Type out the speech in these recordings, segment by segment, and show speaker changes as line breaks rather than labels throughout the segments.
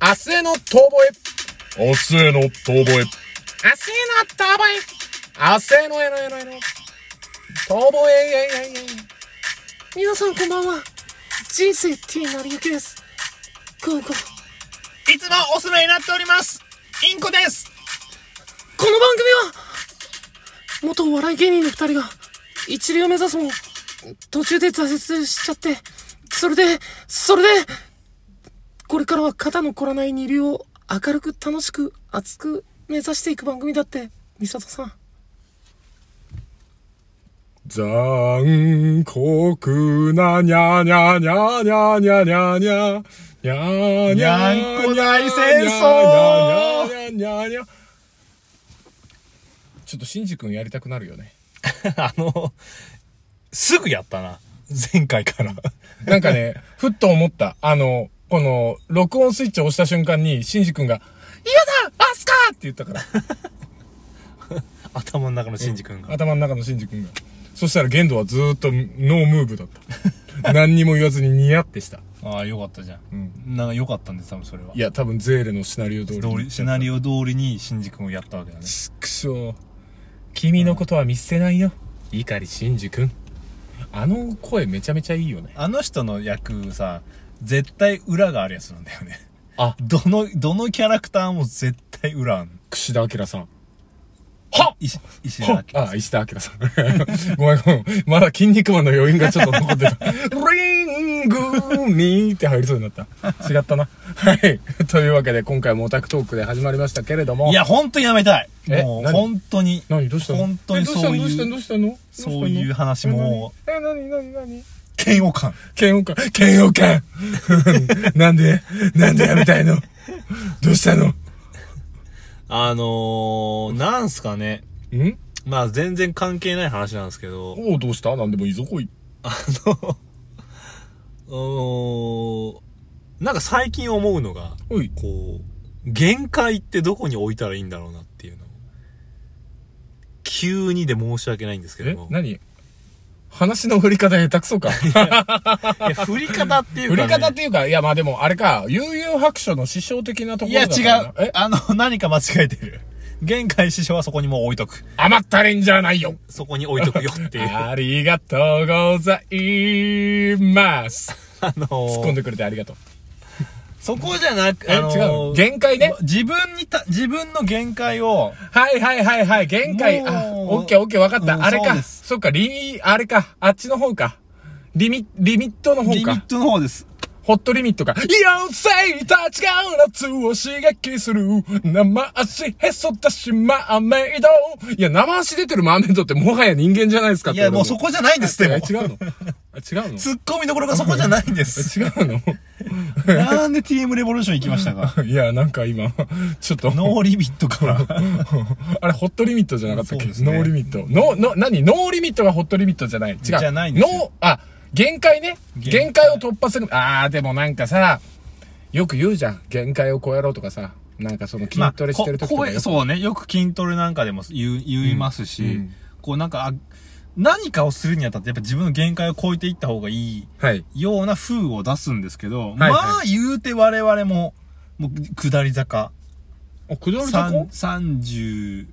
明日への遠吠
明日への遠吠え。
え。明日への遠吠え。明日へのえのえのえの。遠吠え、いやいやいやいや。皆さんこんばんは。人生 T なりゆきです。こ、こ、
いつもお世話になっております。インコです。
この番組は元お笑い芸人の二人が一流を目指すも途中で挫折しちゃってそれでそれでこれからは肩の凝らない二流を明るく楽しく熱く目指していく番組だって美里さん
残酷なにゃにゃにゃにゃにゃにゃにゃにゃにゃにゃ
にゃんこ大戦争
にゃにゃにゃにゃちょっとシンジ君やりたくなるよね
あの、すぐやったな。前回から。
なんかねふっと思ったあのこの録音スイッチを押した瞬間にシンジ君が「嫌だアスカ!」って言ったから
頭の中のシンジ君が。
頭の中のシンジ君がそしたら玄度はずーっとノームーブだった何にも言わずにニヤってした
ああ、よかったじゃん。
う。
なんかよかったんです、多分それはい
や多分ゼーレのシナリオ通り
通りシナリオ通りにシンジ君をやったわけだね。
くそ君のことは見捨てないよ碇シンジ君あの声めちゃめちゃいいよね
あの人の役さ、絶対裏があるやつなんだよね。
あ
どの、どのキャラクターも絶対裏あんの。
櫛田明さん
は石、石田明。
あ石田明さんごめんご めんまだ「筋肉マン」の余韻がちょっと残ってた「リングに」って入りそうになった違ったなはいというわけで今回もオタクトークで始まりましたけれども
いや、本当にやめたい。
え
もう、
何
本当に。
何どうしたの
本当にそう
えどうしたの
い
どう
う、
したのどうしたの
そういう話も、
え、なになになに
嫌悪感。
嫌悪感嫌悪感 なんでなんでやめたいのどうしたの
あのー、なんすかね。
ん
まあ、全然関係ない話なんですけど。
おうどうしたなんでもいいぞ、こい。
あの、うーんなんか最近思うのが、
おい。
こう、限界ってどこに置いたらいいんだろうなっていうのを急にで申し訳ないんですけ
え
ども。
何話の振り方下手くそか。
いや振り方っていう
振
か、ね。
り方っていうか、いや、まあでも、あれか、悠々白書の師匠的なとこ
い
ろ
や
だから
違う
なえ。
あの、何か間違えてる。限界師匠はそこにもう置いとく。
甘ったれんじゃないよ
そこに置いとくよっていう。あ
ありがとうございます
の
突っ込んでくれてありがとう。
そこじゃなく、
え、
あの
違うの限界ね。
自分にた、自分の限界を、
はいはいはいはい、限界。
もう
あ、オッケーオッケー、わかった。
うん
あれ
そう
か。
です
そっか、リ、あれか。あっちの方か。リミ、リミットの方
リミ
か
ッ。トの方です。
ホットリミットか。妖精たちが夏を刺激する。生足へそ出しマーメイド。いや、生足出てるマーメイドってもはや人間じゃないですかっ
い
て。
や、もう
俺
そこじゃないんです、で
あ
も。
違うのあ違うの
ツッコミどころがそこじゃないんです。
違う
なんで TM レボリューション行きました か
のいや、なんか今、ちょっと。
ノーリミッ トから。
あれ、ホットリミットじゃなかったっけ、
そうです
ノ
ね
ーリミット。ノー、ノー、何ノーリミットがホットリミットじゃない。違う。
じゃないんですよ
ノー、あ、限界ね。限
限界
界を突破する。あー、でもなんかさ、よく言うじゃん。限界を超えろとかさ。なんかその筋
まあ
トレしてる時と
こ
か
声
よく、
そうね。よく筋トレなんかでも言う言いますし、
うん
こうなんか、あ何かをするにあたってやっぱ自分の限界を超えていった方がいい
はい。
ような風を出すんですけど、
はい
まあ言うて我々も、もう下り坂。
あ、下り
さん
坂
30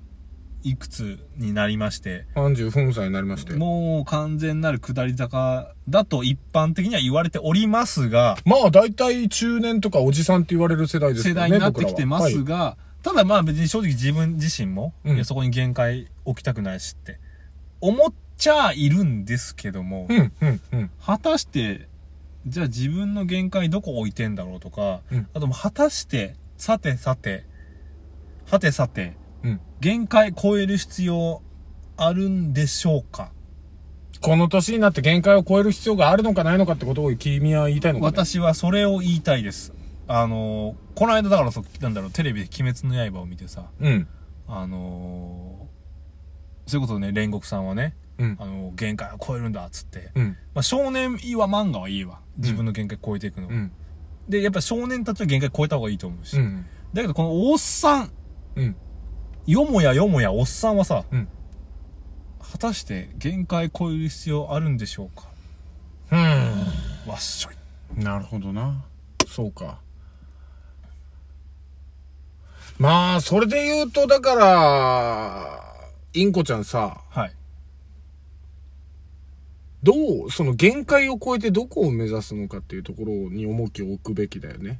いくつになりまして、
?34 歳になりまして。
もう完全なる下り坂だと一般的には言われておりますが、
まあ、大体中年とかおじさんって言われる世代です
世
から
代
ね。
になってきてま
僕ら
す
は
が、ただまあ別に正直自分自身も、
うん
いやそこに限界起きたくないしって、思っちゃいるんですけども、
はいうん、うん、うん。
果たして、じゃあ自分の限界どこ置いてんだろうとか、
うん
あともう果たして、さてさて、はてさて、
うん
限界超える必要あるんでしょうか
この年になって限界を超える必要があるのかないのかってことを君は言いたいのか、ね、
私はそれを言いたいです。あのーこの間だからそう、なんだろう、テレビで鬼滅の刃を見てさ、
うん。
あのーそういうことね、煉獄さんはね、
うん。
あのー限界を超えるんだ、っつって。
うん。
まあ、少年は漫画はいいわ。自分の限界超えていくの。
うん。
で、やっぱ少年たちは限界超えた方がいいと思うし。
うん。
だけど、このおっさん、
うん。
よもやよもやおっさんはさ、
うん
果たして限界超える必要あるんでしょうか
うん。
わっしょい。
なるほどな。そうか。まあ、それで言うと、だから、インコちゃんさ、
はい。
どう、その限界を超えてどこを目指すのかっていうところに重きを置くべきだよね。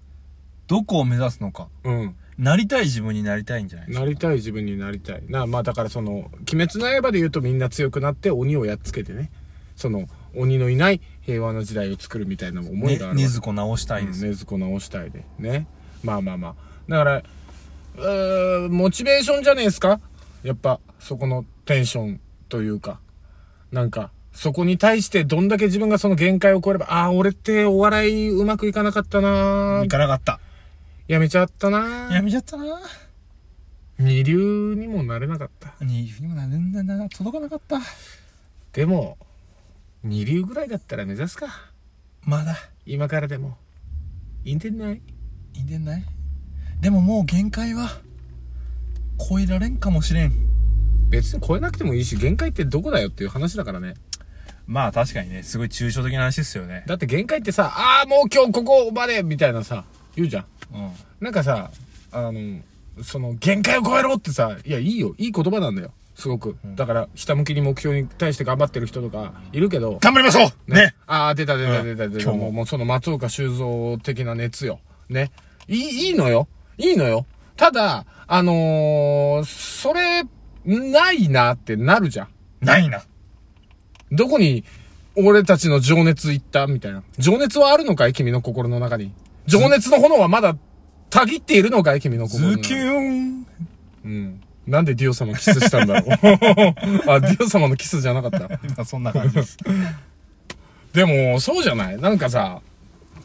どこを目指すのか。
うん。
なりたい自分になりたいんじゃないです
な
か。
りたい自分になりたい。な、まあだからその、鬼滅の刃で言うとみんな強くなって鬼をやっつけてね。その、鬼のいない平和な時代を作るみたいな思いがあるわ
ね、
け
ねずこ直したいです。
ねずこ直したいで。ね。まあまあまあ。だから、うーモチベーションじゃねえですかやっぱ、そこのテンションというか。なんか、そこに対してどんだけ自分がその限界を超えれば、ああ、俺ってお笑いうまくいかなかったない
かなかった。
やめちゃったな
やめちゃったな
二流にもなれなかった。
ににもな全然な届かなかった。
でも、二流ぐらいだったら目指すか。
まだ、
今からでも。いいんでない
いいんでんないでももう限界は、超えられんかもしれん。
別に超えなくてもいいし、限界ってどこだよっていう話だからね。
まあ確かにね、すごい抽象的な話ですよね。
だって限界ってさ、ああ、もう今日ここまでみたいなさ、言うじゃん。
うん。
なんかさ、あの、その、限界を超えろってさ、いや、いいよ。いい言葉なんだよ。すごく。だから、ひたむきに目標に対して頑張ってる人とか、いるけど。
頑張りましょうね
ああ、出た出た出た出た。
うん今日も
もうもうその松岡修造的な熱よ。ね。いい、いいのよ。いいのよ。ただ、あのーそれ、ないなってなるじゃん。
ないな。
どこに、俺たちの情熱行ったみたいな。情熱はあるのかい君の心の中に。情熱の炎はまだ、たぎっているのかい君の心の
ズ
中
キ
に。
ューン
うん。なんでディオ様キスしたんだろう。 あ、ディオ様のキスじゃなかった。
今そんな感じです。
でも、そうじゃないなんかさ、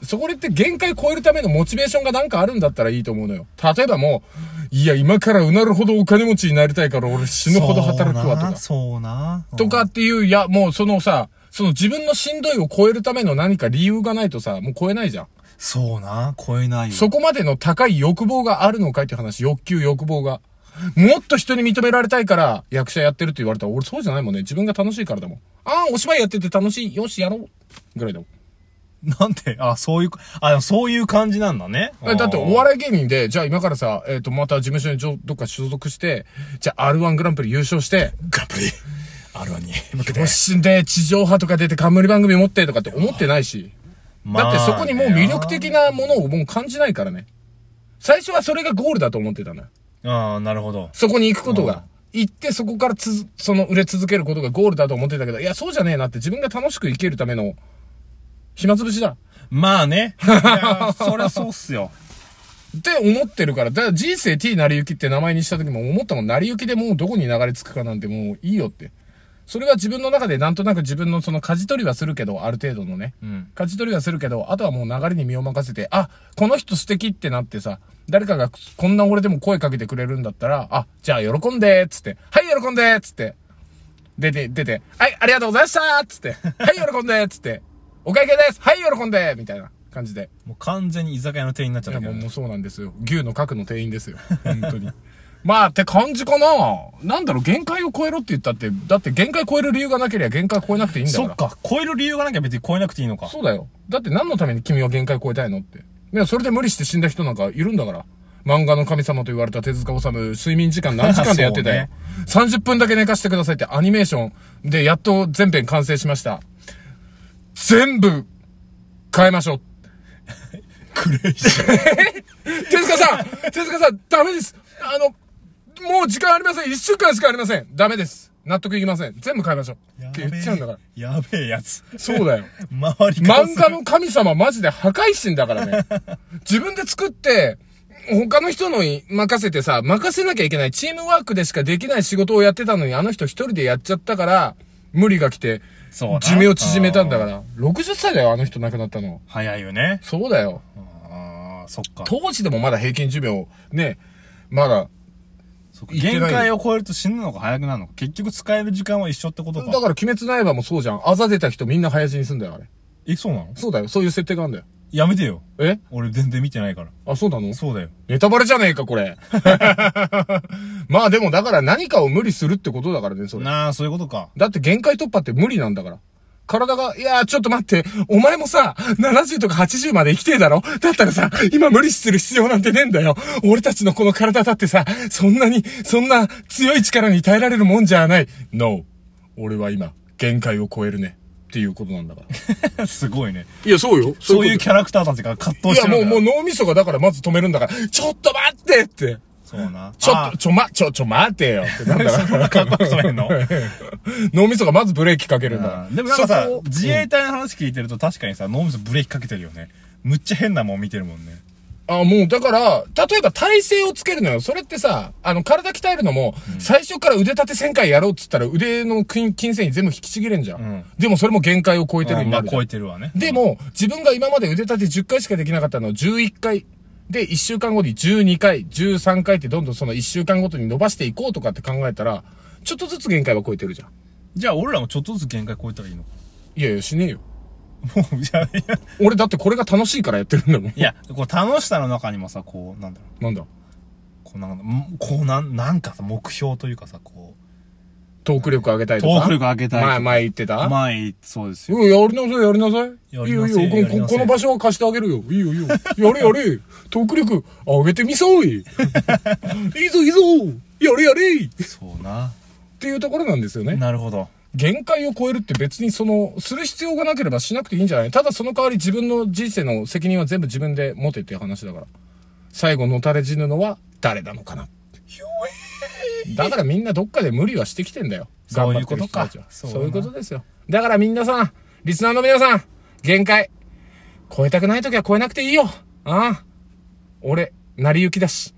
そこでって限界超えるためのモチベーションがなんかあるんだったらいいと思うのよ。例えばもう、いや、今からうなるほどお金持ちになりたいから俺死ぬほど働くわとか。
そうな。そうな
とかっ。ていう、いや、もうそのさ、その自分のしんどいを超えるための何か理由がないとさ、もう超えないじゃん。
そうな。超えないよ。
そこまでの高い欲望があるのかいって話、欲求欲望が。もっと人に認められたいから役者やってるって言われたら、俺そうじゃないもんね。自分が楽しいからだもん。ああ、お芝居やってて楽しい。よし、やろう。ぐらいだもん。
なんで、あ、そういう、あ、でもそういう感じなんだね。
えだってお
い。
笑い芸人で、じゃあ今からさ、えっ、と、また事務所にちょどっか所属して、じゃあ R1 グランプリ優勝して、
ガプリ。あるわに向けて
よ。しで地上波とか出て冠番組持ってとかって思ってないし。だってそこにもう魅力的なものをもう感じないからね。最初はそれがゴールだと思ってたのよ。
ああ、なるほど。
そこに行くことが。行ってそこからつづ、その売れ続けることがゴールだと思ってたけど、いや、そうじゃねえなって自分が楽しく生きるための暇つぶしだ。
ま あね。いやー、そりゃそうっすよ。
って思ってるから、だから人生 T 成り行きって名前にした時も思ったもん、成り行きでもうどこに流れ着くかなんてもういいよって。それは自分の中でなんとなく自分のその舵取りはするけど、ある程度のね。
うん。
舵取りはするけど、あとはもう流れに身を任せて、あ、この人素敵ってなってさ、誰かがこんな俺でも声かけてくれるんだったら、あ、じゃあ喜んでーっつって、はい、喜んでーっつって、出て、出て、はい、ありがとうございましたーっつって、はい、喜んでーっつって、お会計ですはい、喜んでーみたいな感じで。
もう完全に居酒屋の店員になっちゃっ
い
た
やも
け
う
どね
もうそうなんですよ。牛の核の店員ですよ。本当に。 まあって感じかな。なんだろう、限界を超えろって言ったって、だって限界超える理由がなければ限界超えなくていいんだか
そ
ら。
っか。超える理由がなきゃ別に超えなくていいのか。
そうだよ。だって何のために君は限界超えたいのって。いや、それで無理して死んだ人なんかいるんだから。漫画の神様と言われた手塚治虫、睡眠時間何時間でやってたよ、30分だけ寝かしてくださいってアニメーションでやっと全編完成しました。全部、変えましょう。
クレイジー。
手塚さん手塚さんダメですあの、もう時間ありません一週間しかありませんダメです納得いきません全部変えましょう
や
っ
べ
て言っちゃうんだから。
え。やべえやつ。
そうだよ。
周りからす
漫
る
画の神様マジで破壊神だから ね。自分で作って、他の人のに任せてさ、任せなきゃいけないチームワークでしかできない仕事をやってたのに、あの人一人でやっちゃったから、無理が来て、
そうな
寿命縮めたんだから。60歳だよ、あの人亡くなったの。
早いよね。
そうだよ。
ああ、そっか。
当時でもまだ平均寿命、ね、まだ
そっか
いけない
限界を超えると死ぬのか早くなるのか。結局使える時間は一緒ってこと
だ
か。
から、鬼滅の刃もそうじゃん。あざ出た人みんな早死にすんだよ、あれ。
え、そうなの
そうだよ。そういう設定があるんだよ。
やめてよ。
え
俺全然見てないから。
あ、そうなの
そうだよ。
ネタバレじゃねえか、こ れ。まあでも、だから何かを無理するってことだからね、それ。
なあ、そういうことか。
だって限界突破って無理なんだから。体が、いやー、ちょっと待って、お前もさ、70とか80まで生きてえだろだったらさ、今無理する必要なんてねえんだよ。俺たちのこの体だってさ、そんなに、そんな強い力に耐えられるもんじゃない。No. 俺は今、限界を超えるね。っていうことなんだから。
すごいね。
いや、そうよ。
そういう
こと
キャラクターたちが葛藤
い
し
や、
てる
もう、
んだ
もう
よ。
脳みそがだからまず止めるんだから、ちょっと待ってって。
そうな。
ちょ
あ
っと、ちょ、ま、ちょ、ちょ、待て よってなんだから。
そんな感覚され んの
脳みそがまずブレーキかけるんだか
あ
ら。
でもなんかさ
そこを、
自衛隊の話聞いてると確かにさ、脳みそブレーキかけてるよね。むっちゃ変なもん見てるもんね。
あ、もう、だから、例えば体勢をつけるのよ。それってさ、あの、体鍛えるのも、最初から腕立て1000回やろうっつったら、腕の筋筋線に全部引きちぎれんじゃん。
ん
でもそれも限界を超えてるようにな
まあ
るじゃん
超えてるわね。
でも、自分が今まで腕立て10回しかできなかったのを11回。で、1週間後に12回、13回ってどんどんその1週間ごとに伸ばしていこうとかって考えたら、ちょっとずつ限界は超えてるじゃん。
じゃあ俺らもちょっとずつ限界超えたらいいのか。
いやいや、しねえよ。
もう、いや、いや、
俺だってこれが楽しいからやってるん だもん。
いや、こう楽しさの中にもさ、こう、なんだろう。
なんだ。
こうなんんこうなん、なんかさ、目標というかさ、こ。
トーク力上げたいうとか。
上げ
前、前言ってた
前、そうですよ。
うん、やりなさい、やりなさ
や
い。いい
り
よ、
なさい
いいよ、
やり
こ
な
こ
さい
この場所は貸してあげるよ。いいよ、いいよ。やれや れ。トーク力上げてみそうい。いいぞ、いいぞ。やれやれ。っ
そうな。
ていうところなんですよね。
なるほど。
限界を超えるって別にその、する必要がなければしなくていいんじゃないただその代わり自分の人生の責任は全部自分で持てっていう話だから。最後のたれ死ぬのは誰なのかな。だからみんなどっかで無理はしてきてんだよ。
そ
頑
うい
張っ
う
て
こ
る
と
人た
か
ちは。
そうだな
そういうことですよ。だからみんなさん、リスナーの皆さん、限界。超えたくない時は超えなくていいよ。ああ。俺、成り行きだし。